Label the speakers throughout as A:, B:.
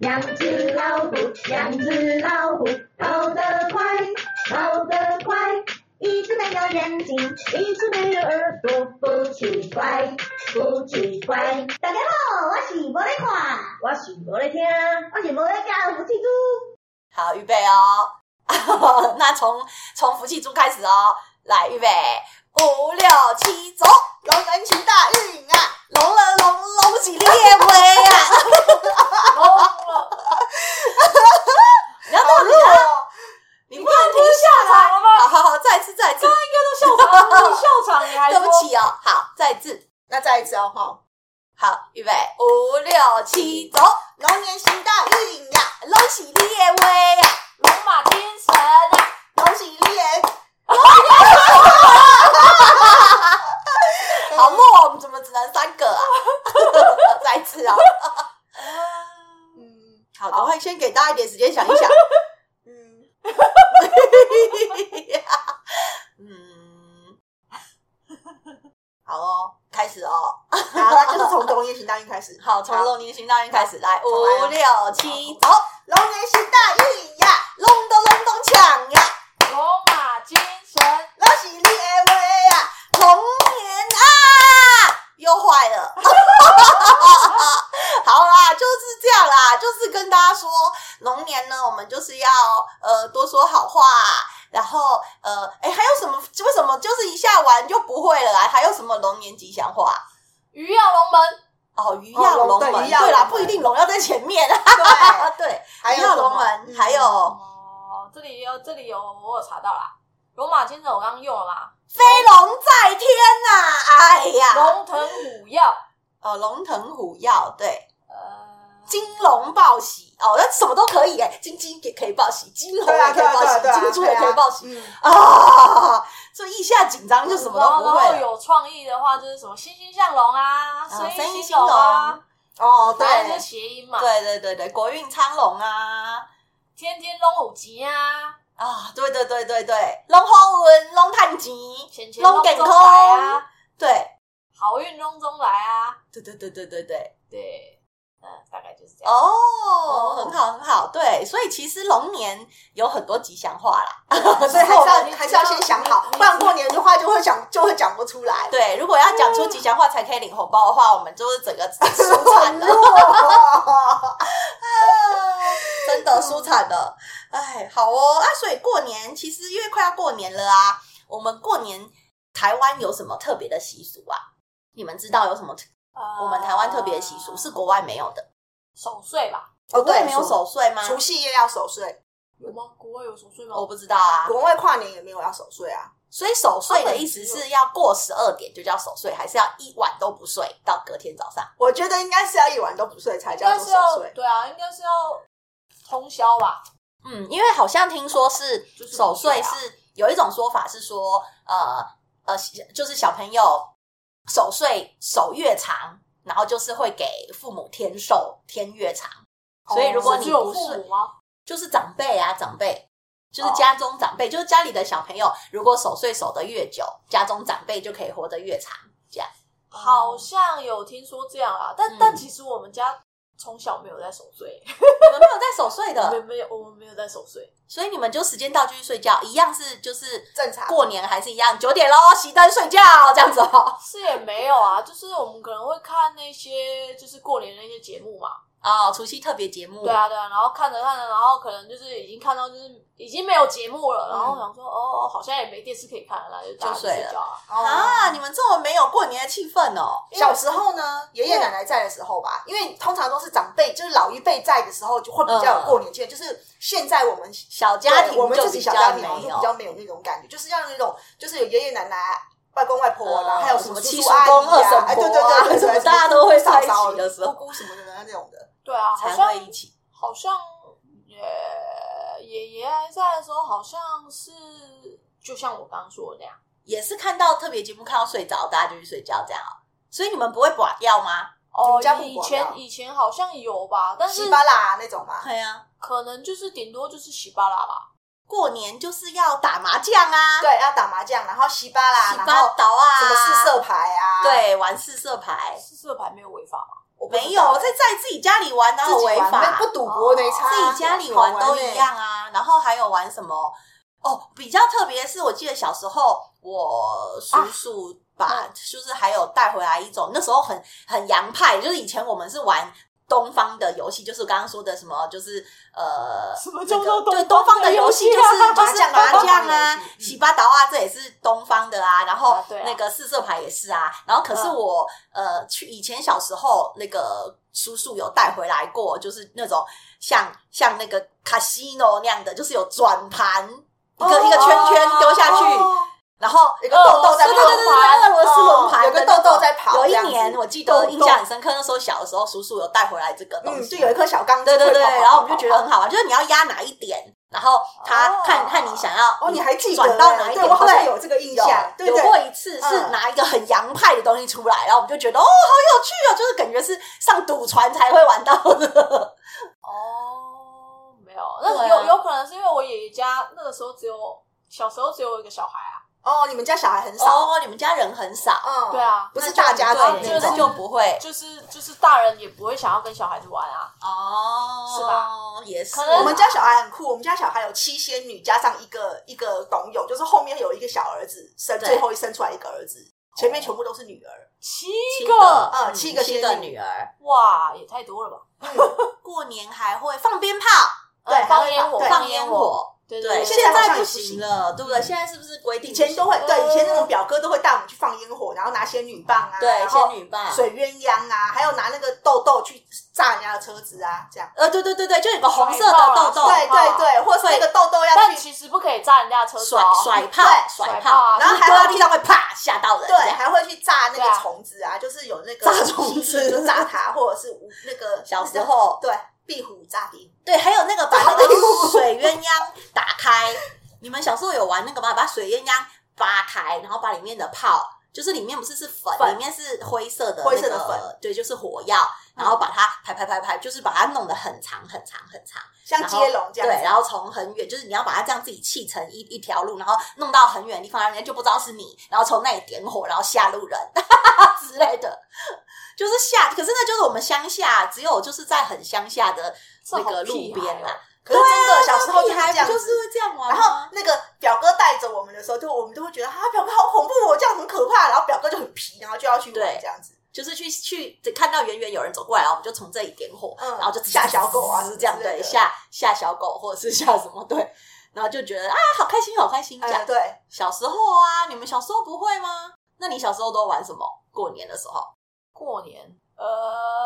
A: 两只老虎，两只老虎，跑得快，跑得快。一只没有眼睛，一只没有耳朵，不奇怪，不奇怪。
B: 大家好，我是无咧看，
A: 我是无咧听，
B: 我是无咧教福气猪。
C: 好，预备哦。 那从从福气猪开始哦，来预备，五六七，走！
B: 龙人骑大运啊，
C: 龙了龙龙起列威啊！你要到
B: 好
C: 底
B: 弱
C: 啊
B: 哦！
C: 你不能停下来
D: 你不能
C: 好好好，再一次再一次，
D: 笑场，你笑场，你还
C: 对
D: 说
C: 不起哦。好，再一次，
B: 那再一次哦，哈，
C: 好，预备，五六七，走！
B: 龙年行大运呀，
C: 龙起列威啊！
D: 龙马精神啊！
B: 恭喜你！
C: 好弱，我们怎么只能三个啊？ 再一次哦。
B: 嗯
C: 好，赶快先给大家一点时间想一 想。
B: 嗯，
C: 嗯，好哦，开始哦。
B: 好，那就是从龙年行大运开始。
C: 好，从龙年行大运开始，来
B: 来
C: 五
B: 哦
C: 六七，走！
B: 龙年行大运呀，
C: 隆咚隆咚锵呀，
D: 龙马精神，
B: 恭喜你哎喂呀！
C: 龙年啊，又坏了。 好啦，就是这样啦，就是跟大家说，龙年呢，我们就是要呃多说好话、然后呃，哎，还有什么？为什么就是一下完就不会了啊？还有什么龙年吉祥话？
D: 鱼跃龙门，
C: 哦，鱼跃龙
B: 哦
C: 门，
B: 龙对鱼跃
C: 对啦，
B: 龙门
C: 不一定龙要在前面啊，
B: 对，
C: 对，
B: 还
C: 鱼
B: 有
C: 跃
B: 什么
C: 龙门，
B: 嗯
C: 还有
D: 哦，这里有这里有我有查到啦，龙马精神我刚刚用了嘛，
C: 飞龙在天呐，哎呀，
D: 龙腾虎跃，
C: 哦，龙腾虎跃，对，
D: 呃，
C: 金龙报喜，哦，那什么都可以哎，金鸡也可以报喜，金龙
B: 对啊
C: 也可
B: 对
C: 以
B: 啊
C: 报
B: 对啊
C: 喜
B: 对，啊，
C: 金猪也可以报喜
B: 嗯
C: 啊，所以一下紧张就什么
D: 然
C: 都
D: 后
C: 不
D: 然后
C: 会了，
D: 有创意的话就是什么欣欣向荣啊，生
C: 生意兴
D: 意兴隆啊，
C: 哦，
D: 反正就
C: 对
D: 是。谐音嘛，
C: 对对对对，国运昌隆啊！
D: 天天龙五级啊，
C: 啊，对对对对对，龙好运，龙探钱，
D: 钱钱龙中来啊，
C: 对
D: 好运龙中来啊，
C: 对对对对对对，
D: 对，嗯，大概就是这样。
C: 哦，很好，很好，对，所以其实龙年有很多吉祥话啦。
B: 所以还是
D: 你
B: 要还是要先想好，不然过年的话就会讲 就会讲不 出来。
C: 对，如果要讲出吉祥话才可以领红包的话，我们就是整个输惨
B: 很
C: 了，
B: 弱，
C: 真的输惨了。哎，好哦，啊，所以过年其实因为快要过年了啊，我们过年台湾有什么特别的习俗啊？你们知道有什么特？
D: 呃
C: 哦我们台湾特别的习俗是国外没有的，
D: 守岁吧？
B: 哦
C: 国外
B: 对，
C: 没有啊守岁吗？
B: 除夕夜要守岁，
D: 有吗？国外有守岁吗？
C: 我不知道啊。
B: 国外跨年也没有要守岁啊。
C: 所以守岁的意思是要过十二点就叫守岁，还是要一晚都不睡到隔天早上？
B: 我觉得应该是要一晚都不睡才
D: 应
B: 叫
D: 该
B: 做
D: 是要
B: 守岁。
D: 对啊，应该是要通宵吧？
C: 嗯，因为好像听说是
D: 哦就是
C: 守岁
D: 不睡啊
C: 是有一种说法是说，呃呃，就是小朋友守岁守越长，然后就是会给父母天寿天越长，所以如果你
D: 是哦只有
C: 不
D: 父
C: 睡
D: 母，吗？
C: 就是嗯长辈啊长辈。就是
D: 哦
C: 家中长辈就是家里的小朋友，如果守岁守得越久，家中长辈就可以活得越 长。
D: 好像有听说这样啊，但、
C: 嗯
D: 但其实我们家从小没有在守 岁，
C: 你们没有在守岁
D: 没
C: 的，
D: 没有我们没有在守岁，
C: 所以你们就时间到就去睡觉，一样是就是
B: 正常
C: 过年还是一样，九点喽，熄灯睡觉这样子哦。
D: 是也没有啊，就是我们可能会看那些就是过年的那些节目嘛，
C: 哦，除夕特别节目，
D: 对，啊对啊，然后看着看着，然后可能就是已经看到就是已经没有节目了，然后想说、哦，好像也没电视可以看了，那就大家
C: 嗯就
D: 去
C: 睡了
D: 睡觉啊。
B: 哦，
C: 啊，你们这么没有过年的气氛哦。
B: 小时候呢，爷爷奶奶在的时候吧，因为通常都是长辈，就是老一辈在的时候，就会比较有过年气氛。就是现在我们
C: 小家庭
B: 对我们
C: 就
B: 自己
C: 比
B: 小
C: 较
B: 家庭好
C: 没有
B: 像就比较没有那种感觉，就是要那种就是有爷爷奶奶、外公外婆，啊
C: 嗯
B: 然后还有什
C: 什
B: 么
C: 么
B: 叔
C: 七
B: 叔
C: 叔
B: 阿
C: 公
B: 姨
C: 二婶
B: 啊，哎，对对
C: 婆啊
B: 对对
C: 什么
B: 对，
C: 大家都会在
B: 嫂
C: 一
B: 嫂
C: 起的时候
B: 姑姑什么的那种的，
D: 对啊，好
C: 才
D: 像
C: 会一起。
D: 好像也爷爷还在的时候，好像是就像我刚刚说的那样，
C: 也是看到特别节目看到睡着，大家就去睡觉这样哦。所以你们不会寡掉吗？
B: 你
D: 哦
B: 们家不，
D: 以
B: 管啊
D: 前以前好像有吧，但是
B: 稀巴啦那种嘛。
C: 对呀、
D: 可能就是顶多就是洗巴拉吧，
C: 过年就是要打麻将啊，
B: 对，要打麻将，然后稀巴啦，
C: 洗
B: 然
C: 八
B: 后
C: 岛啊，
B: 什么四色牌啊，，
C: 对，玩四色牌。
D: 四色牌没有违法嘛？
B: 我不知道
C: 没有在在自己家里玩哪有
B: 自己
C: 违
B: 玩
C: 法？哦
B: 不赌博没差，
C: 自己家里
B: 好
C: 玩都
B: 欸
C: 一。样啊。然后还有玩什么？哦，比较特别的是，我记得小时候我叔叔把、就是还有带回来一种，那时候很很洋派，就是以前我们是玩。东方的游戏就是刚刚说的什么，就是呃，
D: 什么
C: 这
D: 叫
C: 个
D: 做
C: 对东
D: 东方
C: 方
D: 的
C: 的游
D: 游
C: 戏
D: 戏
C: 就
D: 啊
C: 是就是
B: 麻
C: 麻
B: 将
C: 将
B: 麻将
C: 啊
B: 游、戏
C: 洗八刀啊，这也是东方的啊。然后
D: 啊对啊
C: 那个四色牌也是啊。然后可是我呃，去以前小时候那个叔叔有带回来过，就是那种像像那个 casino 那样的，就是有转盘一
B: 哦
C: 个一个圈圈丢下去，然后
B: 有个豆豆在
C: 对
B: 跑
C: 对对对对，俄罗斯轮盘哦
B: 有
C: 的
B: 个
C: 那
B: 豆
C: 种
B: 豆在跑。
C: 有一
B: 这样子
C: 年我记
B: 豆
C: 得
B: 豆
C: 印象很深刻，那时候小的时候，叔叔有带回来这个东
B: 嗯，
C: 西，
B: 就有一颗小钢
C: 对
B: 筋会跑，
C: 对对，
B: 跑
C: 然后我们就
B: 跑
C: 觉得
B: 跑
C: 很好玩，就是你要压哪一点，然后他
B: 哦
C: 看看你想要
B: 哦，你还记得
C: 转到哪一
B: 对
C: 点，
B: 我好像
C: 对
B: 有这个印
C: 有
B: 象，对
C: 有
B: 对
C: 过一次是
B: 嗯
C: 拿一个很洋派的东西出来，然后我们就觉得哦，好有趣哦，就是感觉是上赌船才会玩到的。
D: 哦，没有，那
C: 对啊
D: 有、有可能是因为我爷爷家那个时候只有小时候只有一个小孩啊，
B: 哦，你们家小孩很少，
C: 哦，你们家人很少，
B: 嗯，
D: 对，啊，
B: 不是
C: 那就
B: 大家族
C: 对
D: 那种
C: 那就不会
D: 就是就是大人也不会想要跟小孩子玩啊，
C: 哦
D: 是
C: 吧？也是，
D: 可能
B: 我们家小孩很酷，我们家小孩有七仙女加上一个一个董永，就是后面有一个小儿子生，
C: 对
B: 最后生出来一个儿子，前面全部都是女儿。
D: 七
C: 七
D: 个
C: 个
B: 嗯七个
C: 七
B: 仙
C: 个
B: 女
C: 女儿，
D: 哇，也太多了吧？
C: 过年还会放鞭炮、
B: 对
D: 嗯放烟火，
B: 对
C: 放
D: 放
C: 烟
D: 烟，
C: 火。
D: 对
C: 对，
D: 对，
B: 现
C: 现
D: 对
B: 在好
C: 在
B: 像也
C: 不
B: 不行
C: 行了，对不对？
D: 嗯
C: 现在是不是规定
B: 以
C: 不
B: 前
C: 行？
B: 都会对，
D: 嗯
B: 以前那种表哥都会带我们去放烟火，然后拿仙女棒啊，
C: 对
B: 然后
C: 仙女棒
B: 水鸳鸯啊，还有拿那个豆豆去炸人家的车子啊，这样。
C: 呃，对对对对，就有个红色的
D: 甩炮
C: 豆豆，
D: 啊
B: 对对对，或者是那个豆豆要
D: 但
B: 去，
D: 其实不可以炸人家的车子
C: 甩
D: 哦，
C: 甩炮
B: 对，
C: 甩
D: 甩炮
C: 炮，
D: 啊
C: 然后
B: 就是
C: 还
B: 丢
C: 到
B: 到
C: 地
B: 地
C: 上会啪吓到人，
B: 对，还会去炸那
D: 对
B: 个
D: 啊
B: 虫子啊，就是有那个
C: 炸虫子
B: 就炸它，或者是无那个
C: 小时候
B: 对壁虎炸壁
C: 对，还有那个把那个水鸳鸯打开，你们小时候有玩那个吗？把水鸳鸯扒开，然后把里面的泡。就是里面不是是粉，
B: 粉
C: 里面是灰色的、那个，
B: 灰色的粉，
C: 对，就是火药，然后把它排排排排，就是把它弄得很长很长很长，
B: 像
C: 然后
B: 接龙这样
C: 对，
B: 子，
C: 然后从很远，就是你要把它这样自己砌成一一条路，然后弄到很远的地方，人家就不知道是你，然后从那里点火，然后吓路人 之类的，就是吓。可是那就是我们乡下，只有就是在很乡下的那个路边啊啦、
B: 可是真的小时候
C: 就
B: 就是这样啊
C: 就
B: 子
C: 是。会这样啊玩吗。
B: 然后那个表哥带着我们的时候，就我们都会觉得啊，表哥好恐怖哦，这样很可怕。然后表哥就很皮，然后就要去玩
C: 对
B: 这样子。
C: 就是去去只看到远远有人走过来，然后我们就从这里点火，
B: 嗯
C: 然后就
B: 吓小狗啊
C: 是这样
B: 之类
C: 对，
B: 的
C: 吓吓小狗或者是吓什么对，然后就觉得啊好开心好开心这样
B: 哎，。对，
C: 小时候啊，你们小时候不会吗？那你小时候都玩什么？过年的时候，
D: 过年，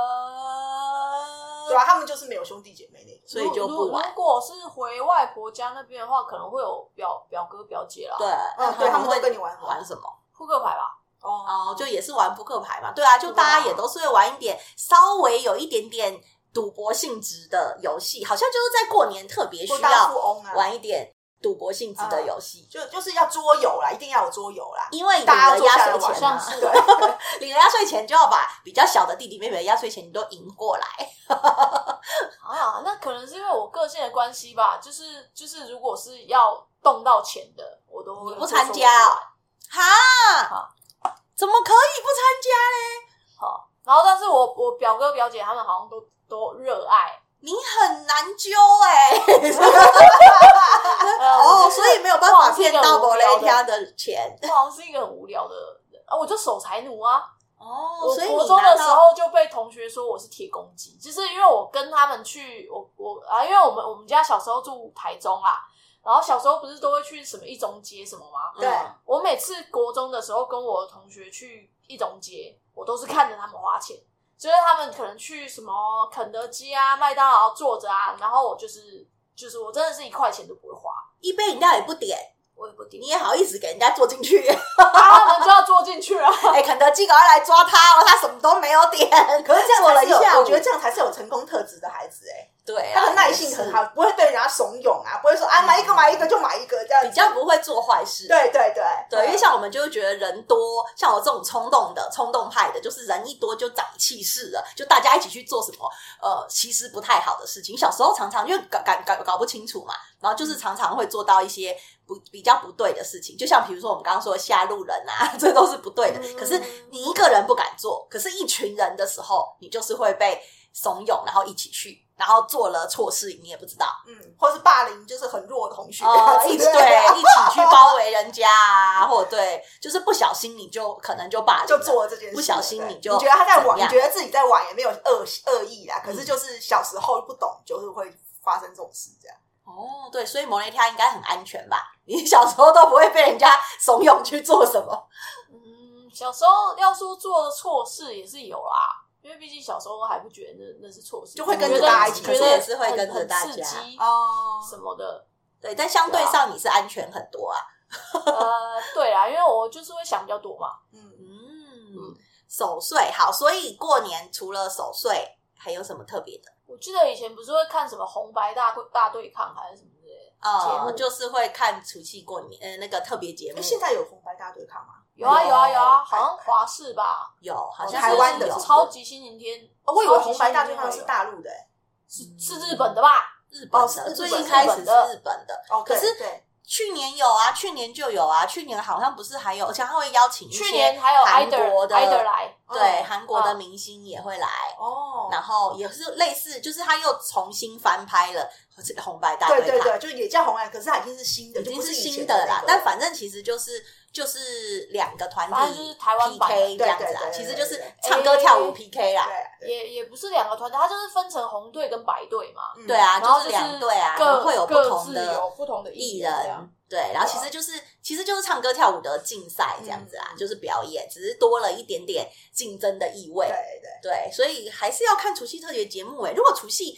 D: 呃，
B: 对啊，他们就是没有兄弟姐妹那种。
C: 所以就不
D: 如如
C: 玩。
D: 如果是回外婆家那边的话，可能会有表表哥表姐啦，
C: 对，，那
B: 嗯对他们
C: 会
B: 都跟你玩
C: 玩什么？
D: 扑克牌吧，
B: 哦，
C: 哦，就也是玩扑克牌嘛。对啊，就大家也都是会玩一点，稍微有一点点赌博性质的游戏，好像就是在过年特别需
B: 或大富
C: 要
B: 翁啊，
C: 玩一点赌博性质的游戏，
B: 就就是要桌游啦，一定要有桌游啦。
C: 因为领
B: 嗯大家
C: 了
B: 坐下
C: 压
B: 来
C: 岁
B: 玩
C: 钱
B: 啊，
C: 嘛，
B: 对，
C: 领了压岁钱就要把比较小的弟弟妹妹的压岁钱你都赢过来。
D: 啊，那可能是因为我个性的关系吧，就是就是，如果是要动到钱的，我都
C: 你
D: 会
C: 不参加哦哈
D: 好，
C: 怎么可以不参加？
D: 好，然后但是我我表哥表姐他们好像都都 热爱，
C: 你很难揪哎、
D: 呃
C: 哦，
D: 我就是
C: 所以没有办法骗到
D: 我
C: 我
D: 是一个
C: 雷
D: 无聊
C: 家
D: 的，
C: 的钱
D: 我好像是一个很无聊的人啊，我就守财奴啊。
C: 哦
D: 我国中的时候就被同学说我是铁公鸡，就是因为我跟他们去，我我啊，因为我们我们家小时候住台中啦，然后小时候不是都会去什么一中街什么吗？
B: 对
D: 我每次国中的时候跟我的同学去一中街，我都是看着他们花钱，就是他们可能去什么肯德基啊、麦当劳坐着啊，然后我就是就是我真的是一块钱都不会花，
C: 一杯饮料也不点，
D: 我也不点
C: 你，也好意思给人家坐进去？
D: 啊他们就要坐进去啊。
C: 哎、肯德基赶快来抓他哦，他什么都没有点，
B: 可是这样
C: 坐
B: 才
C: 了
B: 是
C: 一
B: 有，
C: 下午，
B: 我觉得这样才是有成功特质的孩子哎。
C: 对啊，
B: 他的耐性很好，不会被人家怂恿啊，不会说啊买一个买一个就买一个这样
C: 也是，比
B: 子，
C: 较不会做坏事。
B: 对对嗯对
C: 对，因为像我们就会觉得人多，像我这种冲动的、冲动派的，就是人一多就长气势了，就大家一起去做什么呃，其实不太好的事情。小时候常常因为搞搞搞搞不清楚嘛，然后就是常常会做到一些不比较不对的事情，就像比如说我们刚刚说的吓路人啊， 这都是不对的。可是你一个人不敢做，可是一群人的时候，你就是会被怂恿，然后一起去，然后做了错事，你也不知道。
B: 嗯，或是霸凌就是很弱的同学，
C: 哦，
B: 之
C: 一
B: 类
C: 起
B: 的
C: 对，一 起去包围人家啊，或者对，就是不小心你就可能就把
B: 就做这件事，
C: 不小心
B: 对
C: 你就
B: 你觉得他在玩，
C: 怎
B: 你
C: 样
B: 觉得自己在玩也没有恶恶意啦，可是就是小时候不懂，就是会发生这种事这样。
C: 哦，对，所以摩雷他应该很安全吧？你小时候都不会被人家怂恿去做什么，
D: 嗯，小时候要说做的错事也是有啦，因为毕竟小时候还不觉得那那是错事，
B: 就会跟
D: 觉
B: 着
D: 得
B: 大家一起
D: 觉
B: 可
D: 得
B: 是
C: 也是会跟着
D: 很
C: 大
D: 很刺
C: 家
D: 激
B: 哦
D: 什么的。
C: 对，但相对
B: 啊
C: 上你是安全很多啊。
D: 呃，对啊，因为我就是会想比较多嘛。
B: 嗯，
C: 嗯，守岁好，所以过年除了守岁，还有什么特别的？
D: 我记得以前不是会看什么红白大大对抗还是什么之类的，
C: 呃
D: 目，
C: 就是会看除夕过年，呃，那个特别节目
B: 哎，现在有红白大对抗吗？
D: 有啊
C: 有
D: 有啊有啊，
B: 有
D: 好像华视吧，
C: 有，好
B: 哦
C: 像
B: 台
C: 是
B: 湾的
C: 有
B: 是不是
D: 超级星期天，
B: 哦我以为
D: 超级
B: 红白大
D: 星期
B: 对
D: 天
B: 抗是大陆的，哎
D: 是是日本的吧？
C: 日本
B: 哦是日
C: 的，
B: 本
C: 最
B: 的
C: 一开始是
D: 日本的
C: 日本的，
B: 哦，
C: 可
B: 对
C: 是
B: 对，
C: 去年有啊，去年就有啊，去年好像不是还有，而且他会邀
B: 嗯
C: 请一些
D: 去年还有
C: 韩
D: idol
C: 国的
D: idol 来，
C: 对
B: 哦
C: 韩国的
D: 嗯
C: 明星也会来，
B: 哦，
C: 然后也是类似，就是他又重新翻拍了《红白大
B: 对
C: 对
B: 对
C: 抗
B: 对，就也叫红蓝，可是它已经是新的，
C: 已
B: 就
C: 经
B: 不
C: 是
B: 是以
C: 新
B: 前
C: 的
B: 的
C: 啦，
B: 那
C: 但
B: 个
C: 反正其实就是就是两个团
D: 反正就是
C: 体
D: 台湾版的
C: PK 这样子
B: 对对
C: 啦，
B: 对
C: 其实
B: 对
C: 就是
B: 对
C: 唱歌跳舞
D: 哎
C: PK 啦，
B: 对
D: 也也不是两个团队，它就是分成红队跟白队嘛。
B: 嗯
C: 对啊，
D: 然后
C: 就是
D: 是
C: 两队啊，然
D: 各
C: 后会有不
D: 各
C: 同
D: 自
C: 的
D: 有不同的
C: 艺
D: 人这样啊
C: 人，对，然后其实就是其实就是唱歌跳舞的竞赛这样子
D: 嗯
C: 啊，就是表演，只是多了一点点竞争的意味
B: 对，对，
C: 对，所以还是要看除夕特别节目诶、欸如果除夕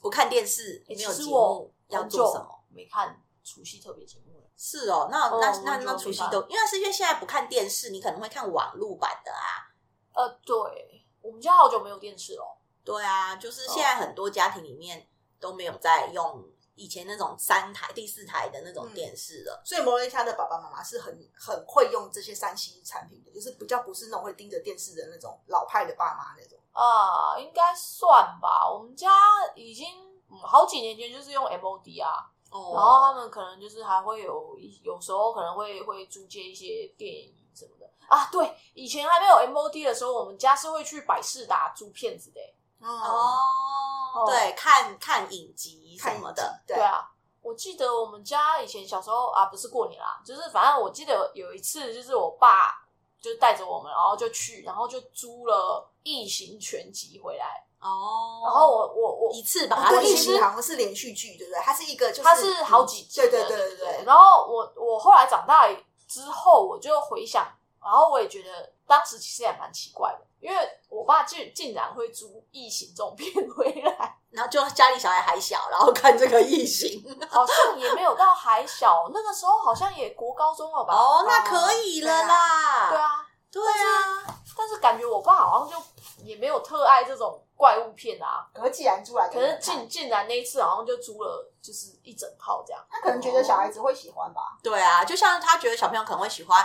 C: 不看电视，
D: 欸
C: 没
D: 其
C: 有
D: 实
C: 节
D: 我
C: 目要
D: 很
C: 做
D: 久
C: 什么？
D: 没看除夕特别节目了。
C: 是哦，那
D: 哦
C: 那
D: 我
C: 那
D: 就
C: 那
D: 没
C: 除夕
D: 办
C: 都，因为是因为现在不看电视，你可能会看网络版的啊。
D: 呃，对，我们家好久没有电视了。
C: 对啊，就是
D: 哦
C: 现在很多家庭里面都没有在用以前那种三台、第四台的那种
B: 嗯
C: 电视了。
B: 所以摩雷莎的爸爸妈妈是很很会用这些三 C 产品的，就是比较不是那种会盯着电视的那种老派的爸妈那种。
D: 啊、应该算吧。我们家已经、嗯、好几年前就是用 MOD 啊，
C: 哦
D: 然后他们可能就是还会有一有时候可能会会租借一些电影什么的啊。对，以前还没有 MOD 的时候，我们家是会去百事达租片子的欸、
B: 哦，
C: 哦
D: 哦，
C: 对，看看影集什
B: 嗯看
C: 么的，
B: 对
D: 对啊，我记得我们家以前小时候啊，不是过年啦，就是反正我记得有一次，就是我爸就带着我们，然后就去，然后就租了《异形全集》回来，
C: 哦
D: 然后我我我
C: 一次把
B: 哦
C: 它
B: 对，
D: 其
B: 异
D: 实
B: 形好像是连续剧，对不对？它是一个，就是
D: 它是好几集的，
B: 对对对对
D: 对
B: 对。
D: 然后我我后来长大之后，我就回想，然后我也觉得当时其实也蛮奇怪的，因为我爸竟竟然会租《异形》这种片回来，
C: 然后就家里小孩还小，然后看这个异形。
D: 好像也没有到还小，那个时候好像也国高中了吧？
C: 哦，那可以了啦。
D: 对，啊。
C: 对啊，
D: 但是感觉我爸好像就也没有特爱这种怪物片啊。
B: 可是既然出来，
D: 可是竟竟然那一次好像就租了，就是一整套这样。
B: 他可能觉得小孩子会喜欢吧。
C: 对啊，就像他觉得小朋友可能会喜欢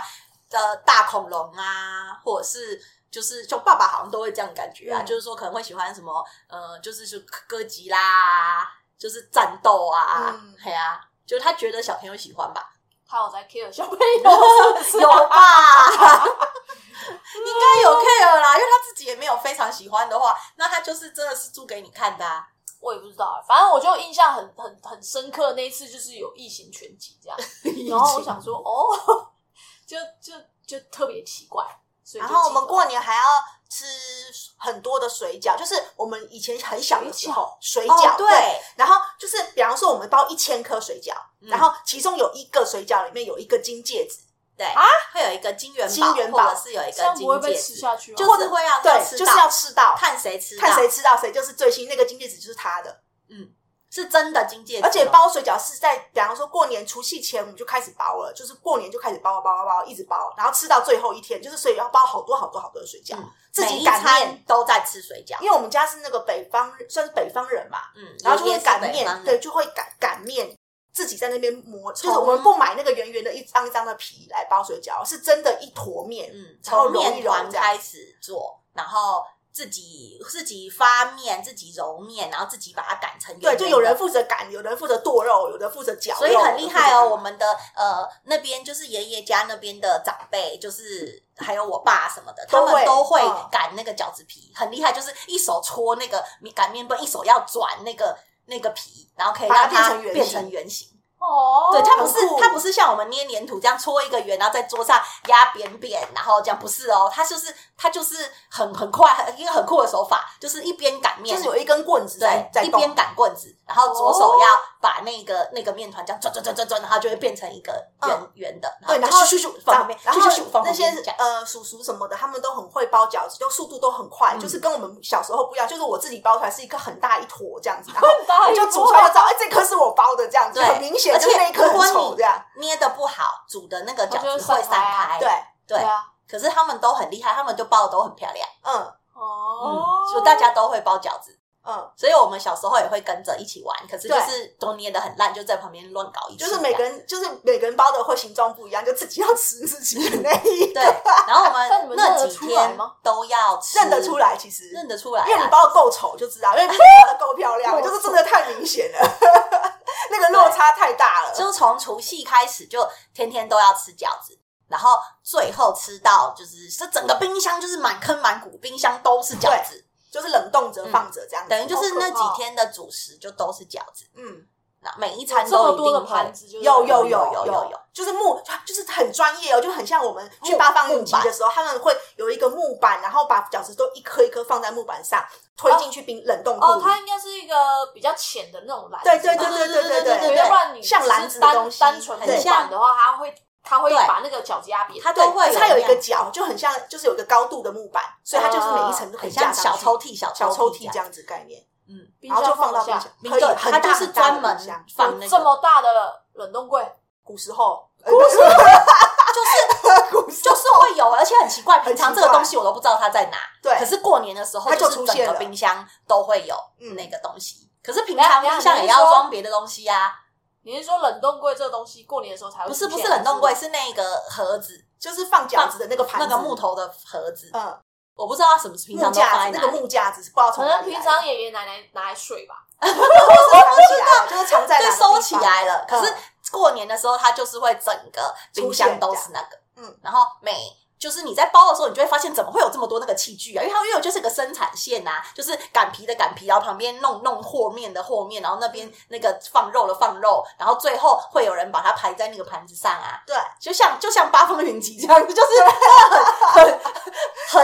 C: 呃大恐龙啊，或者是。就是，就爸爸好像都会这样感觉啊，
B: 嗯
C: 就是说可能会喜欢什么，呃，就是就哥吉拉、啊，就是战斗啊
B: 嗯，
C: 嘿、啊，就他觉得小朋友喜欢吧，
D: 他有在 care 小朋友是不 是
C: 有吧？ 应该有 care 啦，因为他自己也没有非常喜欢的话，那他就是真的是租给你看的啊。
D: 我也不知道、反正我就印象很很很深刻，那一次就是有异形全集这样，然后我想说哦， 就就就特别奇怪，所以
B: 然
D: 就
B: 后我
D: 记得
B: 们过年还要吃很多的水饺，就是我们以前很小的时候，水
C: 哦
B: 饺
C: 对，
B: 然后就是，比方说我们包一千颗水饺，
C: 嗯
B: 然后其中有一个水饺里面有一个金戒指，
C: 对
D: 啊，
C: 会有一个金元宝，
B: 金元宝
C: 或者是有一
D: 这
C: 个
D: 样不会
C: 金
D: 被
C: 戒
D: 吃
C: 指，
D: 下去吗？
C: 就是会要
B: 对
C: 吃，到
B: 就是要吃到，
C: 看谁吃到，
B: 看谁吃到谁就是最新，那个金戒指就是他的。
C: 嗯，是真的金戒指哦，
B: 而且包水饺是在，比方说过年除夕前我们就开始包了，就是过年就开始包包包包，一直包，然后吃到最后一天，就是所以要包好多好多好多的水饺，
C: 嗯
B: 自
C: 每
B: 己
C: 一
B: 擀面
C: 餐。都在吃水饺，
B: 因为我们家是那个北方，算是北方人嘛，
C: 嗯，
B: 然后就会
C: 有点
B: 擀
C: 是北
B: 面，
C: 方
B: 对，
C: 的，
B: 就会擀擀面，自己在那边磨，啊就是
C: 从
B: 我们不买那个圆圆的一张一张的皮来包水饺，是真的一坨面，
C: 嗯，
B: 然后
C: 从
B: 揉一揉
C: 面团
B: 这样
C: 开始做，然后自己自己发面，自己揉面，然后自己把它擀成圆
B: 对，
C: 圆的
B: 就有人负责擀，有人负责剁肉，有人负责绞肉，
C: 所以很厉害哦，我
B: 们
C: 们的呃那边就是爷爷家那边的长辈，就是还有我爸什么的，他
B: 都会
C: 们都会
B: 嗯
C: 擀那个饺子皮，很厉害，就是一手搓那个米擀面棍，一手要转那个那个皮，然后可以
B: 把它
C: 让它
B: 变成圆
C: 变
B: 形
C: 成圆形。
D: 哦，
C: 对，它不
B: 很
C: 是
B: 酷
C: 它不是像我们捏黏土这样搓一个圆，然后在桌上压扁扁，然后这样不是哦，它就是它就是很很快，很一个很酷的手法，就是一边擀面，
B: 就是有一根棍子在
C: 对，
B: 在
C: 一
B: 动哦
C: 边擀棍子，然后左手要把那个那个面团这样转转转转转，然后就会变成一个圆圆的，
B: 嗯对，然
C: 就
B: 后
C: 咻咻咻放旁边，
B: 然
C: 咻
B: 后
C: 咻咻放
B: 那
C: 旁
B: 些
C: 边这样。
B: 呃叔叔什么的，他们都很会包饺子，就速度都很快，
C: 嗯
B: 就是跟我们小时候不一样。就是我自己包出来是一个很大一坨这样子，然 后
D: 大
B: 我
D: 一坨
B: 就煮出来，我知道哎，这颗是我包的这样子，
C: 对
B: 很明显
C: 而
B: 就是
C: 且
B: 那一颗很
C: 如
B: 丑
C: 果你
B: 这样。
C: 捏的不好，煮的那个饺
D: 它就会
C: 子会
D: 散开
C: 散
D: 啊
C: 开。
B: 对，
C: 对，
D: 对啊，
C: 可是他们都很厉害，他们就包的都很漂亮，
B: 嗯
D: 哦，
C: 嗯就大家都会包饺子。
B: 嗯，
C: 所以我们小时候也会跟着一起玩，可是就
B: 对
C: 是都捏的很烂，就在旁边乱搞一气
B: 就
C: 这样。
B: 是每个人就是每个人包的会形状不一样，就自己要吃自己的那一
C: 对，然后我
D: 但你
C: 们
D: 们认
C: 那
D: 得
C: 几
D: 出来
C: 天
D: 吗
C: 都要吃，
B: 认得出，来，其实
C: 认得出来啊，
B: 因为你包的够丑就知道，因为你包的够漂 亮，
D: 够
B: 就是真的太明显了， 那个落差太大了。
C: 就从除夕开始，就天天都要吃饺子，然后最后吃到就是这整个冰箱就是满坑满谷，冰箱都是饺子，
B: 就是冷冻着放着这样子，
C: 等于就是那
B: 哦
D: 好可怕
C: 几天的主食就都是饺子，
B: 嗯。
C: 那每一餐
D: 这么
C: 都一
D: 多的
C: 定
D: 盘
C: 会。
D: 子就是，
B: 有有
C: 有
B: 有有
C: 有
B: 有
C: 有，
B: 就是木，就是很专业哦，就很像我们去八方云集的时候，他们会有一个木板，然后把饺子都一颗一颗放在木板上，推进去冰冷冻库
D: 哦，
B: 里。
D: 它应该是一个比较浅的那种蓝，
B: 对对对对对对
C: 对
D: 要不然你
B: 像
D: 只是
B: 篮子的
D: 单
B: 东西
D: 单纯
B: 很
D: 木板
C: 像
D: 的话，它会它会
C: 对
D: 把那个饺子压扁，
C: 它
B: 对
C: 都会
B: 可是它有一
C: 那
B: 个
C: 样哦
B: 角，就很像，就是有一个高度的木板，所以它就是每一层都可
C: 很
B: 以架
C: 像
B: 上
C: 小
B: 去
C: 抽屉、小
B: 小抽
C: 抽
B: 屉
C: 这
B: 这
C: 样，
B: 样子概念，
C: 嗯，
D: 冰
B: 然后就
D: 箱
B: 放到
D: 不
B: 冰
D: 下
B: 箱，
C: 冰
B: 可以
C: 对，
B: 很
C: 它就
B: 大
C: 是
B: 很大的
C: 专门
B: 冰箱
C: 放那
D: 这
C: 个，
D: 么大的冷冻柜，
B: 古时候，呃
C: 就是会有，而且很奇怪，
B: 很
C: 平
B: 奇
C: 常这个
B: 怪
C: 东西我都不知道它在哪，
B: 对
C: 可是过年的时候，
B: 它就
C: 就是
B: 出
C: 整
B: 现
C: 个
B: 了
C: 冰箱都会有
B: 嗯
C: 那个东西。可是平
D: 等一下
C: 常
D: 等一下
C: 冰箱
D: 你
C: 也
D: 是
C: 要
D: 说
C: 装别的东西呀、
D: 你是说冷冻柜这个东西过年的时候才会
C: 不
D: 出
C: 是
D: 现？
C: 不是冷冻柜，是那个盒子，
B: 就是放饺子的那个盘
C: 那
B: 子，
C: 个木，头的盒子，
B: 嗯，
C: 我不知道它什么平
B: 木
C: 常都放
B: 架
C: 在
B: 子，
C: 哪
B: 那个
C: 里。
B: 木架子是不知道
D: 可
B: 从哪
D: 能
B: 里来
D: 平
B: 的
D: 常爷爷奶奶拿来睡吧。
B: 都藏起来了，就是藏在哪
C: 对，
B: 个
C: 收
B: 地
C: 起
B: 方
C: 来了。可是
B: 嗯
C: 过年的时候，它就是会整个冰箱都是那个，
B: 出现这样嗯，
C: 然后每就是你在包的时候，你就会发现怎么会有这么多那个器具啊？因为它因为我就是个生产线呐、啊，就是擀皮的擀皮，然后旁边弄弄和面的和面，然后那
B: 嗯
C: 边那个放肉的放肉，然后最后会有人把它排在那个盘子上啊，
B: 对。
C: 就像就像八方云集这 样，就是很很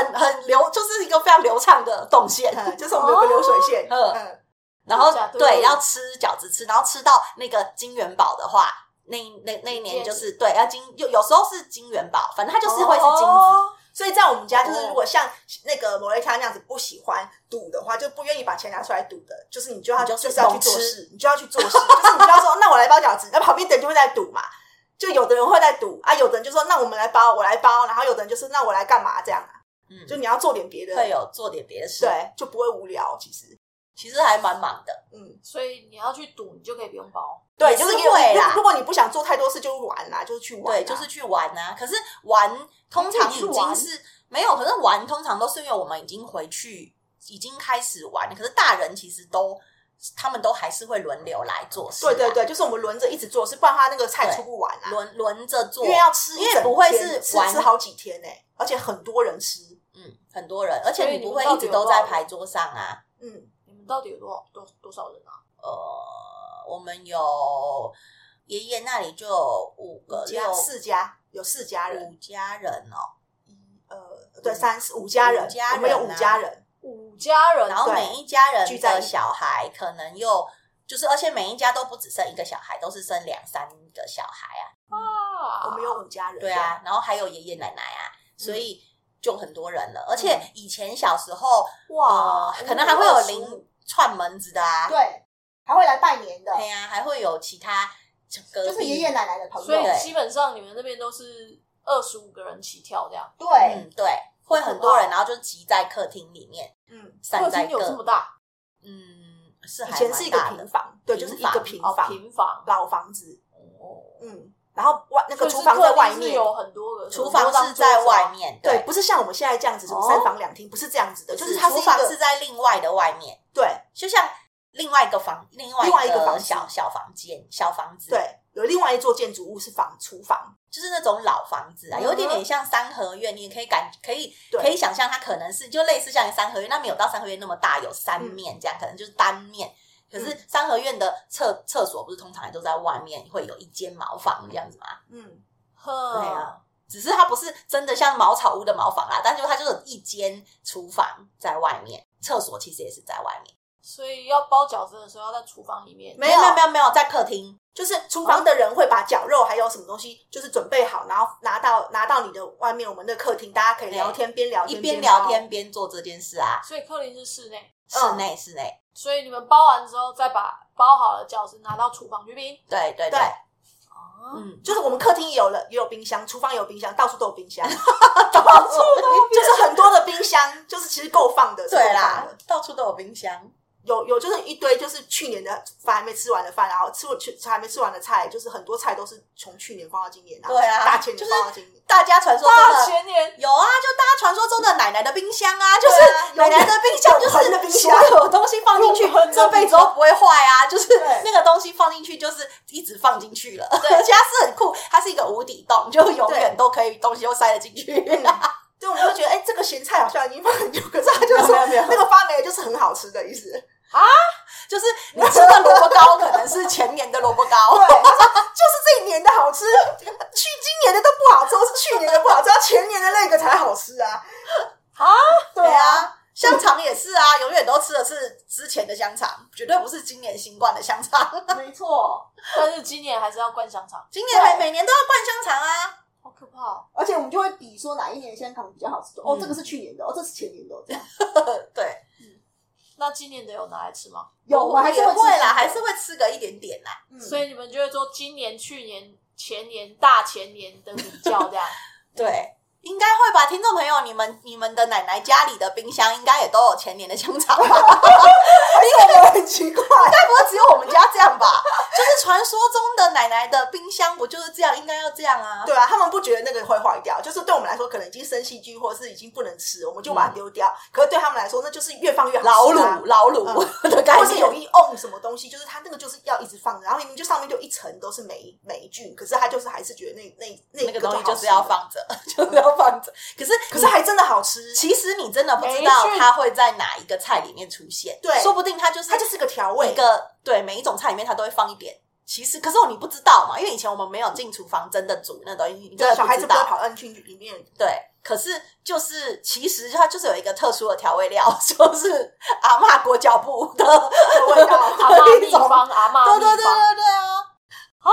C: 很很流，就是一个非常流畅的动线。
B: 嗯就是我们有个流水线，
C: 哦
B: 嗯，
C: 然后
D: 真假对
C: 对
D: 对
C: 要吃饺子吃，然后吃到那个金元宝的话，那一那那一年就是对要金，有有时候是金元宝，反正它就是会是金子。
D: 哦
B: 所以在我们家就是，
D: 哦
B: 如果像那个某一家那样子不喜欢赌的话，就不愿意把钱拿出来赌的，就是你就要
C: 你就
B: 就是是要去
C: 猛
B: 做
C: 吃
B: 事，你就要去做事， 就是你就要说，那我来包饺子，那旁边的人就会在赌嘛。就有的人会在赌啊，有的人就说那我们来包，我来包，然后有的人就是那我来干嘛这样啊？
C: 嗯，
B: 就你要做点别的，
C: 会有做点别的事，，
B: 对，就不会无聊。其实，
C: 其实还蛮忙的。
B: 嗯，
D: 所以你要去赌，你就可以不用包。
B: 对，
C: 也
B: 就是有
C: 会
B: 如
C: 啦
B: 如果你不想做太多事，就玩啦，就是去玩啦，
C: 对，就是去玩啊。可是玩通常
D: 你可以去
C: 已
D: 玩
C: 经是没有，可是玩通常都是因为我们已经回去，已经开始玩了。可是大人其实都他们都还是会轮流来做事、啊
B: 对对，对，就是我们轮着一直做事，不然他那个菜
C: 对
B: 出不完啊。
C: 轮轮着做
B: 因为，要吃一整天，
C: 因为不会是
B: 吃
C: 玩
B: 吃好几天呢、而且很多人吃，
C: 嗯，很多人，而且
D: 所以
C: 你
D: 你们
C: 不会
D: 到
C: 一
D: 底
C: 直
D: 有
C: 都
D: 多
C: 在
D: 少
C: 牌桌上啊。
B: 嗯，
D: 你们到底有多少多多少人啊？
C: 呃，我们有爷爷那里就呃有五个
B: 家
C: 六
B: 四家有四家人，
C: 五家人哦，
B: 呃，对，三四五家人，
C: 嗯五家人啊
B: 我们有五家人，
D: 五家人，
C: 然后
B: 对
C: 每一家人
B: 聚在
C: 的
B: 一起
C: 小孩可能又就是，而且每一家都不只生一个小孩，都是生两三个小孩啊，
D: 啊
B: 我们有五家人，
C: 对，啊，然后还有爷爷奶奶啊，所
B: 嗯
C: 以就很多人了。而且以前小时候，呃
D: 哇
C: 呃，可能还会有零串门子的啊，
B: 对，还会来拜年的，
C: 对呀、还会有其他隔壁
B: 就是爷爷奶奶的朋
D: 所以
B: 友。
D: 基本上你们那边都是二十五个人起跳这样。
B: 对，
C: 嗯，对，会很多人，然后就集在客厅里面，
D: 嗯，客
C: 散在
D: 厅有
C: 各
D: 这么大？
C: 嗯，是
B: 以
C: 还
B: 前是一个
C: 蛮大
B: 平
C: 的，
B: 房，对，就是一个平
D: 哦，
B: 房，
D: 平房。
B: 老房子，
D: 哦，
B: 嗯，然后外那个厨房
D: 所以
B: 在
D: 是客
B: 外
D: 厅是
B: 面，
D: 有很多个，
C: 厨房是在外，面，
B: 啊对，
C: 对，
B: 不是像我们现在这样子，什么
D: 哦
B: 三房两厅，不是这样子的，就是它是
C: 厨
B: 一
C: 房
B: 个
C: 是在另外的外面，
B: 对
C: 就像另外一个房，另外
B: 另外一个房子
C: 小小房间、小房子，，
B: 对，有另外一座建筑物是房厨房，
C: 就是那种老房子啊，
D: 嗯
C: 有一点点像三合院，你也可以感可以
B: 对
C: 可以想象它可能是就类似像三合院，那没有到三合院那么大，有
B: 嗯
C: 三面这样，可能就是单面。可是三合院的厕厕所不是通常都在外面，会有一间茅房这样子吗？
B: 嗯，
D: 呵，
C: 对啊，只是它不是真的像茅草屋的茅房啦，但是它就有一间厨房在外面，厕所其实也是在外面，
D: 所以要包饺子的时候要在厨房里面。
B: 没有
C: 没有没有没有在客厅，
B: 就是
C: 哦
B: 厨房的人会把绞肉还有什么东西，就是准备好，然后拿到拿到你的外面我们的客厅，大家可以聊天，边聊天
C: 一边
B: 包
C: 聊天边做这件事啊，
D: 所以客厅是室内，
C: 室内室内，
D: 所以你们包完之后再把包好的饺子拿到厨房去冰。
C: 对对
B: 对
C: 对，
D: 哦，
C: 嗯，
B: 就是我们客厅也有了，也有冰箱，厨房也有冰箱，到处都有冰 箱，到处都 就是很多的冰箱，就是其实够放的，是够
C: 对
B: 放
C: 啦
B: 的，
C: 到处都有冰箱，
B: 有有就是一堆就是去年的饭还没吃完的饭，然后吃去还没吃完的菜，就是很多菜都是从去年放到今年，然后
C: 对啊
B: 大前
C: 就
B: 年
C: 是
B: 放到今年，
C: 大家传说
D: 大
C: 中的。
D: 前年
C: 有啊，就大家传说中的奶奶的冰箱啊，就是
B: 有
C: 奶奶的冰箱，就
B: 永恒的冰
C: 是
B: 箱
C: 所有东西放进去
D: 永恒的，冰箱
C: 这辈子都不会坏啊。就是
B: 对
C: 那个东西放进去，就是一直放进去了。 而且它是很酷，它是一个无底洞，就永远都可以东西都塞得进去。
B: 对，我们就觉得哎、这个咸菜好像已经放很久，可是他就
C: 没
B: 说
C: 有没有
B: 那个发霉的就是很好吃的意思。
C: 就是你吃的萝卜糕可能是前年的萝卜糕，
B: 对，他说就是这一年的好吃，去今年的都不好吃，或是去年的不好吃，要前年的那个才好吃啊。
D: 啊，
B: 对啊，
C: 啊，香肠也是啊，永远都吃的是之前的香肠，绝对不是今年新冠的香肠。
D: 没错，但是今年还是要灌香肠，
C: 今年还每年都要灌香肠啊。
D: 好可怕哦！
B: 而且我们就会比说哪一年香肠比较好吃，
C: 哦这个
B: 是去年的，哦，这是前年的，
C: 嗯
B: 这样
C: 对，
D: 那今年的有拿来吃吗？
C: 也会啦，还是会吃个一点点啦。
D: 所以你们就会说今年、去年、前年、大前年的比 较这样。
C: 对，应该会吧，听众朋友，你们你们的奶奶家里的冰箱应该也都有前年的香肠吧？
B: 以我们很奇怪，
C: 该不会只有我们家这样吧？就是传说中的奶奶的冰箱不就是这样，应该要这样啊？
B: 对啊，他们不觉得那个会坏掉，就是对我们来说可能已经生细菌，或者是已经不能吃，我们就把它丢掉。可是对他们来说，那就是越放越
C: 嗯老
B: 好吃、啊
C: 卤。老卤的概
B: 或是
C: 念，
B: 有一瓮什么东西，就是它那个就是要一直放着，然后明明就上面就一层都是霉霉菌，可是他就是还是觉得那那那
C: 那个
B: 就
C: 东西
B: 好
C: 就
B: 吃
C: 是要
B: 的
C: 放着， 就是要放着。可是
B: 可是还真的好吃，
C: 其实你真的不知
D: 没
C: 道
D: 去
C: 它会在哪一个菜里面出现，
B: 对
C: 说不定它就是
B: 它就是个调
C: 每
B: 味
C: 一。个对每一种菜里面它都会放一点。其实，可是你不知道嘛，因为以前我们没有进厨房真的煮那东西，你真
B: 对，
C: 的
B: 小孩
C: 不
B: 子
C: 知
B: 不会
C: 道。哦
B: 跑进去里面，
C: 对，可是就是其实它就是有一个特殊的调味料， 就是阿嬷裹脚布的
B: 的味道
D: 阿妈秘方，阿妈
C: 对
D: 秘
C: 对对对
D: 方，
C: 对啊！啊，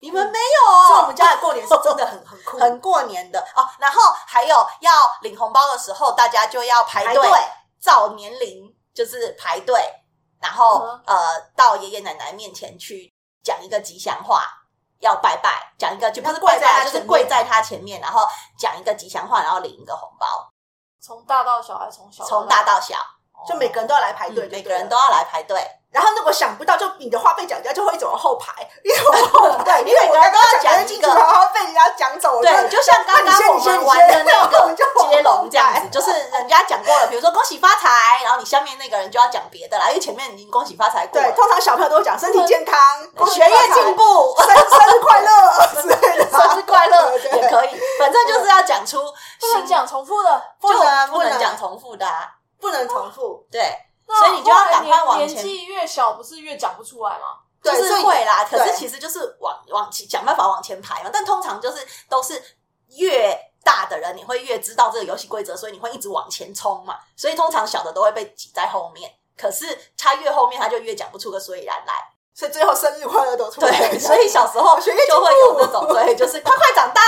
C: 你们没有
B: 所
C: 哦？
B: 以我们家的过年是真的很很 酷，
C: 很过年的哦。然后还有要领红包的时候，大家就要排
B: 排
C: 队
B: 队，
C: 照年龄就是排队，然后、
D: 嗯
C: 呃到爷爷奶奶面前去讲一个吉祥话，要拜拜，讲一个就不是
B: 跪
C: 跪
B: 在
C: 拜，就
B: 他
C: 是
B: 前面
C: 跪在他前面，然后讲一个吉祥话，然后领一个红包，
D: 从大到小还是从小
C: 从大到小，
D: 哦
B: 就每个人都要来排
C: 嗯
B: 队，
C: 每个人
B: 都。
C: 都要来排队。
B: 然后如果想不到，就你的话被讲掉，就会走到后排，因为我 后排，因
C: 因为
B: 为我
C: 我刚
B: 刚刚
C: 刚
B: 讲
C: 讲
B: 的
C: 一
B: 进去，
C: 个
B: 然后被人家讲走，我
C: 对，就像刚
B: 哦那
C: 刚
B: 你先
C: 我
B: 你先
C: 们玩的那
B: 我们
C: 个
B: 就 往
C: 接龙这样
B: 后
C: 子，就是人家讲过了，比如说恭喜发财，然后你下面那个人就要讲别的啦，因为前面已经恭喜发财过
B: 对，
C: 了，
B: 通常小朋友都会讲身体健康、恭喜
C: 学业
B: 发财
C: 进、 步，
B: 生生日快乐之类 的，
C: 生日快乐
B: 对对
C: 也可以，反正就是要讲出
D: 不能
C: 新，
D: 讲重复的。
B: 不能
C: 啊就不
B: 不能
C: 能讲重复的啊，
B: 不能重复。
C: 对，
D: 那
C: 所以你就要
D: 后来
C: 赶快
D: 年
C: 往
D: 年
C: 前
D: 纪越小，不是越讲不出来吗？
C: 就
B: 对
C: 是
B: 所以
C: 会啦，可
B: 对
C: 是其实就是往往前想办法往前排嘛，但通常就是都是越。大的人你会越知道这个游戏规则，所以你会一直往前冲嘛。所以通常小的都会被挤在后面，可是他越后面他就越讲不出个所以然来。
B: 所以最后生日快乐都出来了。
C: 对，所以小时候
B: 学业进
C: 就会有那种
B: 步
C: 对，就是快快长大，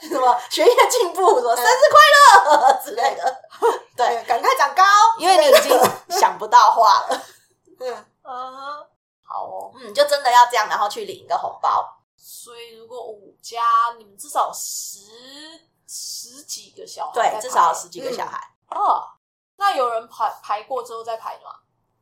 C: 什么学业进步，什么生日快乐之类的，
B: 对赶快长高，
C: 因为你已经想不到话了。
B: 嗯，
D: 嗯哼，
C: 好哦，嗯，就真的要这样，然后去领一个红包。
D: 所以如果五加，你们至少十十几个小孩在排，
C: 对，至少有十几个小孩，
D: 哦。那有人排排过之后再排的吗？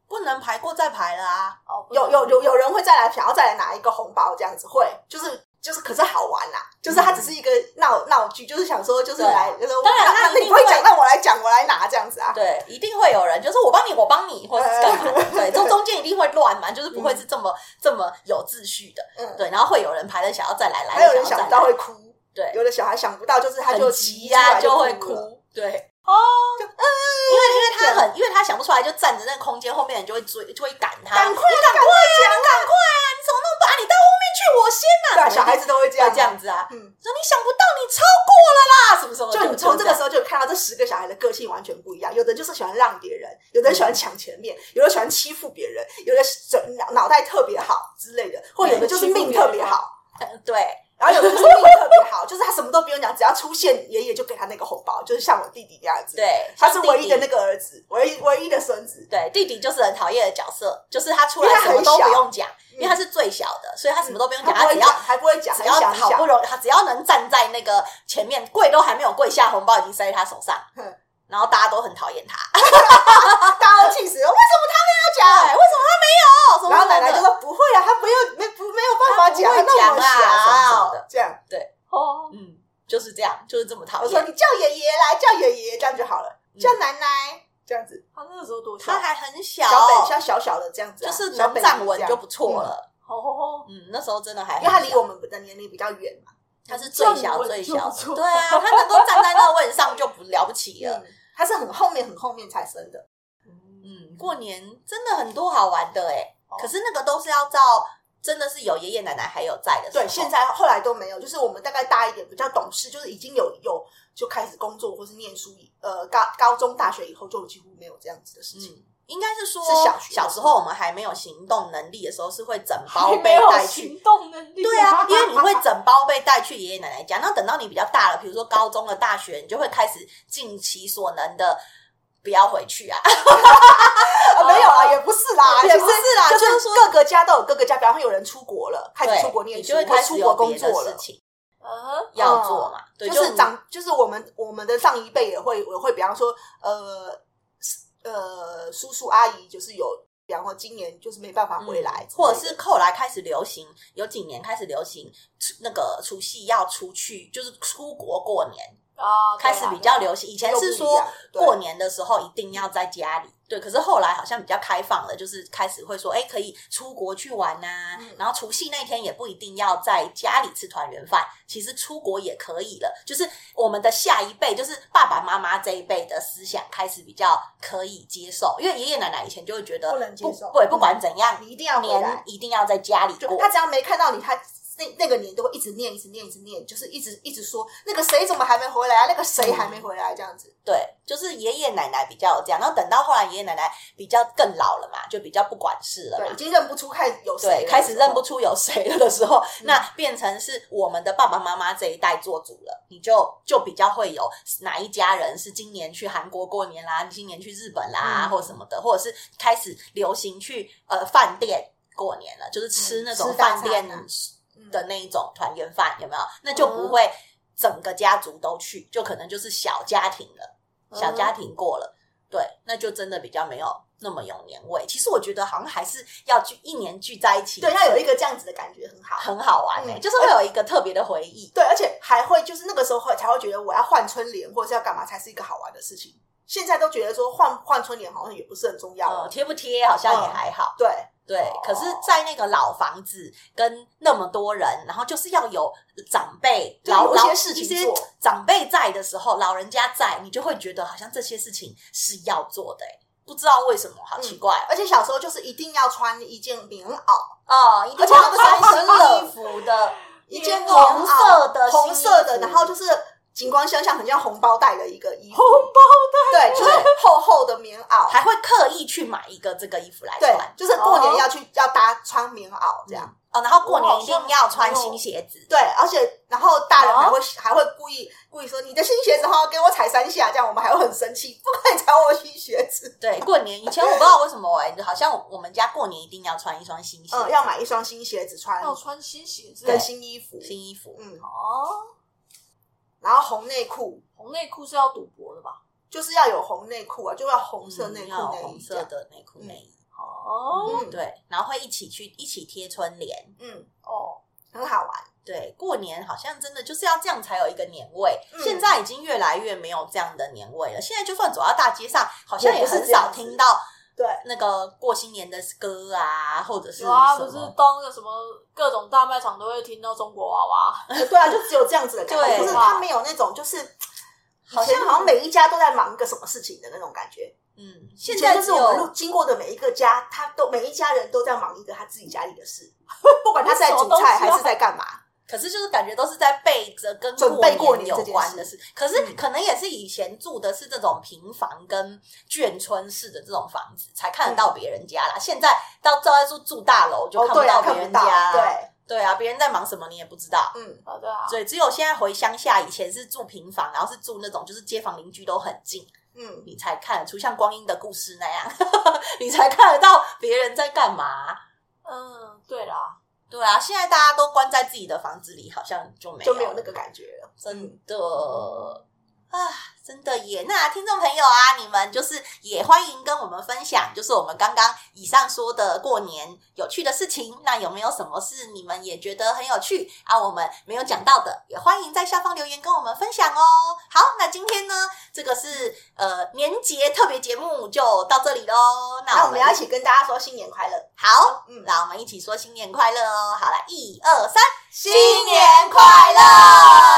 C: 不能排过再排了啊。
D: 哦，不
B: 有
D: 能
B: 有有有人会再来想要再来拿一个红包这样子，会就是就是，可是好玩啦、啊就是它只是一个闹闹剧，就是想说就是来，就是
C: 当然
B: 那
C: 他一
B: 那
C: 定
B: 你不会
C: 会
B: 讲，那我来讲，我来拿这样子啊。
C: 对，一定会有人就是我帮你，我帮你，或者是干嘛？ 对，中中间一定会乱嘛，就是不会是这么、这么有秩序 的。
B: 嗯，
C: 对，然后会有人排着想要再来，来
B: 还有人
C: 着
B: 想
C: 要
B: 不
C: 再
B: 到
C: 来
B: 会哭，
C: 对，
B: 有的小孩想不到就是他就
C: 很急呀、
B: 啊就
C: 就会
B: 了。
C: 哭。对，因
B: 哦呃因
C: 为他很，因为他想不出来，就占着那个空间，后面人就会追，就会赶他，
B: 赶快啊赶
C: 你
B: 快啊
C: 讲，赶快啊！你怎么那么把你到后面去？我先呐、
B: 对啊，
C: 怎么
B: 小孩子都会这样
C: 会这样子啊，
B: 嗯
C: 说你想不到，你超过了啦，什么什么，
B: 就你从这个时
C: 候，
B: 候就看到这十个小孩的个性完全不一样，有的就是喜欢让别人，有的人
C: 嗯
B: 喜欢抢前面，有的喜欢欺负别人，有的是整脑脑袋特别好之类的，或有的就是命特别好，
C: 嗯对，
B: 然后有的就是命特别好， 就是他什么都不用讲，只要出现爷爷就给他那个红包，就是像我弟弟这样子。
C: 对，
B: 他是唯一的
C: 像弟
B: 那个儿子，唯一唯一的孙子
C: 弟。，对弟弟就是很讨厌的角色，就是他出
B: 因
C: 来
B: 为他
C: 什么
B: 很
C: 都
B: 小
C: 不用讲，因为
B: 嗯
C: 他是最小的，所以他什么都不用
B: 他
C: 讲，
B: 不
C: 他
B: 会
C: 只要
B: 讲，还嗯不会讲，
C: 只
B: 很
C: 要
B: 想
C: 好不
B: 讲。
C: 容易，他只要能站在那个前面跪都还没有跪下，红包已经塞在他手上
B: 哼，
C: 然后大家都很讨厌他。
B: 大家都气死了。
C: 对，哎为什么他没有？什么
B: 然后奶奶
C: 什
B: 就
C: 么的
B: 说：“不会啊，他没有没不没有办法讲，
C: 他不会
B: 那么
C: 讲啊
B: 小，什么什么的这样。”
D: 哦，
C: 嗯，就是这样，就是这么讨
B: 我说
C: 厌。
B: 你叫爷爷来，叫爷爷这样就好了，
C: 嗯
B: 叫奶奶这样子，
D: 他那个时候多小
C: 他？还很小，
B: 小本像小小的这样子啊，
C: 就是
B: 小
C: 能
B: 本
C: 站
B: 这
C: 稳
B: 样
C: 就不错。了。
D: 哦，
C: 嗯，那时候真的还
B: 嗯
C: 很
B: 因为他离
C: 小
B: 我们的年龄比较远嘛，
C: 他是最
D: 站
C: 小
D: 稳
C: 最
D: 就不
C: 小的，
D: 错
C: 对啊，他能够站在那个位置上就不了不起了。
B: 嗯，他是很后面很后面才生的，
C: 嗯，过年真的很多好玩的哎、
D: 哦
C: 可是那个都是要照，真的是有爷爷奶奶还有在的时候。
B: 对，现在后来都没有，就是我们大概大一点比较懂事，就是已经有有就开始工作或是念书，呃，高高中大学以后就几乎没有这样子的事情，
C: 嗯，应该是说
B: 是小学
C: 时候我们还没有行动能力的时候，是会整包
D: 还没
C: 被
D: 有
C: 带去。
D: 行动能力，
C: 对 啊，因为你会整包被带去爷爷奶奶家。那等到你比较大了，比如说高中的大学，你就会开始尽其所能的不要回去啊。
B: 啊，没有啦，也不是啦，
C: 哦也不是啦
B: 就
C: 就是
B: 是
C: 说
B: 各个家都有各个家，比方说有人出国了，开始出国
C: 对
B: 念
C: 你
B: 书，
C: 就会
B: 或
C: 开始
B: 出
C: 有
B: 国
C: 别
B: 工
C: 的
B: 作
C: 事
B: 了。
C: 情
D: 嗯哼，
C: 要做嘛。对，
B: 就是
C: 你
B: 长，就是我们我们的上一辈也会也会，比方说呃是呃叔叔阿姨，就是有，比方说今年就是没办法回来
C: 嗯，
B: 或
C: 或者
B: 者是
C: 是后来开始流行，有几年开始流行出那个除夕要出去，就是出国过年，
B: 哦
D: 啊，
C: 开始比较流行。以前是
B: 又不一
C: 说
B: 样对
C: 过年的时候一定要在家里，对。可是后来好像比较开放了，就是开始会说，哎，可以出国去玩呐、
B: 嗯
C: 然后除夕那天也不一定要在家里吃团圆饭，其实出国也可以了。就是我们的下一辈，就是爸爸妈妈这一辈的思想开始比较可以接受，因为爷爷奶奶以前就会觉得
B: 不能接受嗯
C: 对，不管怎样，
B: 你一定要回
C: 年
B: 来，
C: 一定要在家里
B: 哦就
C: 过
B: 他。只要没看到你，他。那那个年都会一直念，一直念，一直念，就是一直一直说那个谁怎么还没回来啊？那个谁还
C: 嗯
B: 没回来？这样子，
C: 对，就是爷爷奶奶比较有这样，然后等到后来爷爷奶奶比较更老了嘛，就比较不管事了
B: 对，已
C: 嘛。
B: 经认不出看有谁
C: 对，
B: 了，嗯
C: 开始认不
B: 出
C: 出有谁了的时候，那变成是我们的爸爸妈妈这一代做主了，你就就比较会有哪一家人是今年去韩国过年啦，今年去日本啦，
B: 嗯
C: 或什么的，或者是开始流行去呃饭店过年了，就是吃那种
B: 嗯吃大
C: 饭
B: 餐
C: 店
B: 啊
C: 的那一种团圆饭，有没有？那就
B: 嗯
C: 不会整个家族都去，就可能就是小家庭了，
D: 嗯
C: 小家庭过了，对，那就真的比较没有那么有年味。其实我觉得好像还是要聚一年聚在一起，
B: 对，要有一个这样子的感觉很好，
C: 很好玩哎、
B: 嗯
C: 就是会有一个特别的回忆。
B: 对，而且还会就是那个时候会才会觉得我要换春联或者是要干嘛才是一个好玩的事情。现在都觉得说换换春联好像也不是很重要了。
C: 呃，贴不贴好像也
B: 嗯
C: 还好，
B: 对，
C: 对。可是，
B: 哦
C: 在那个老房子跟那么多人，然后就是要有长辈、
B: 就
C: 老
B: 有一些
C: 老
B: 事情
C: 一些
B: 做
C: 长辈在的时候，老人家在，你就会觉得好像这些事情是要做的、欸，不知道为什么，好奇怪哦
B: 嗯而且小时候就是一定要穿一件棉袄，
C: 哦，一定
B: 而且 那
C: 要
B: 个时候
C: 穿
B: 是
C: 新衣
B: 乐
C: 服的，
B: 一件
C: 棉
B: 棉袄
C: 红色的
B: 红色的，
C: 新衣服
B: 然后就是景光相像，很像红包袋的一个衣服
D: 红，
B: 对，就是厚厚的棉袄，
C: 还会刻意去买一个这个衣服来
B: 对
C: 穿，。
B: 就是过年要去要搭穿棉�ау这样，
C: 哦，然后过
D: 我好
C: 年一
D: 像
C: 定要穿
B: 嗯
D: 没有
C: 新鞋子。
B: 对，而且然后大人还
C: 哦
B: 会、还会故意故意说你的新鞋子哈，给我踩三下，这样我们还会很生气，不可以踩我新鞋子。
C: 对，过年以前我不知道为什么哎、好像我们家过年一定要穿一双新鞋，
B: 嗯，要买一双新鞋子穿，
D: 要穿新鞋子，
B: 跟新衣服，
C: 哦新衣服。
B: 嗯，
C: 哦，
B: 然后红内裤
D: 红内裤是要赌博的吧？
B: 就是要有红内裤啊，就要红色
C: 嗯
B: 内裤
C: 要
B: 内
C: 红
B: 衣这
C: 色
B: 嗯样。
C: 的内裤内衣。
D: 哦
B: 嗯，
C: 对，然后会一起去一起贴春联。
B: 嗯，
D: 哦，
B: 很好玩。
C: 对，过年好像真的就是要这样才有一个年味。
B: 嗯
C: 现在已经越来越没有这样的年味了。现在就算走到大街上，好像
B: 也
C: 也
B: 不是
C: 很
B: 这样
C: 少
B: 子
C: 听到
B: 对，
C: 那个过新年的歌啊，或者是什
D: 有啊，不是
C: 么。
D: 到那个什么各种大卖场都会听到中国娃娃，
B: 对啊，就只有这样子的感觉，
C: 对
B: 就是他没有那种就是好
C: 以前
B: 像好像每一家都在忙一个什么事情的那种感觉。
C: 嗯，
B: 以
C: 现
B: 前
C: 在
B: 就
C: 只
B: 是我们路
C: 有
B: 经过的每一个家，他都每一家人都在忙一个他自己家里的事， 不管他在
D: 什
B: 煮
D: 么东西啊
B: 菜还是在干嘛。
C: 可是就是感觉都是在背着跟
B: 准备过
C: 年
B: 年
C: 有
B: 这件
C: 关
B: 事嗯
C: 的事，可是可能也是以前住的是这种平房跟眷村式的这种房子，才看得到别人家啦。现在到照在住住大楼 就
B: 嗯哦，
C: 看不
B: 对啊，
C: 到别
B: 看不
C: 人
B: 到
C: 家，，
B: 对，
C: 对啊，别人在忙什么你也不知道。
B: 嗯，
D: 啊，对啊，
C: 所以只有现在回乡下，以前是住平房，然后是住那种就是街坊邻居都很近，
B: 嗯，
C: 你才看得出像光阴的故事那样， 你才看得到别人在干嘛。
D: 嗯，对啦，
C: 对啊，现在大家都关在自己的房子里，好像就没
B: 就没有那个感觉了。
C: 真的啊，真的耶！那听众朋友啊，你们就是也欢迎跟我们分享，就是我们刚刚以上说的过年有趣的事情。那有没有什么事你们也觉得很有趣啊？我们没有讲到的，也欢迎在下方留言跟我们分享哦。好，那今天呢，这个是呃年节特别节目就到这里喽。那
B: 那
C: 我
B: 我
C: 们
B: 们要一起跟大家说新年快乐，
C: 好，
B: 嗯
C: 那我们一起说新年快乐哦。好了，一二三，
B: 新
C: 新年快乐！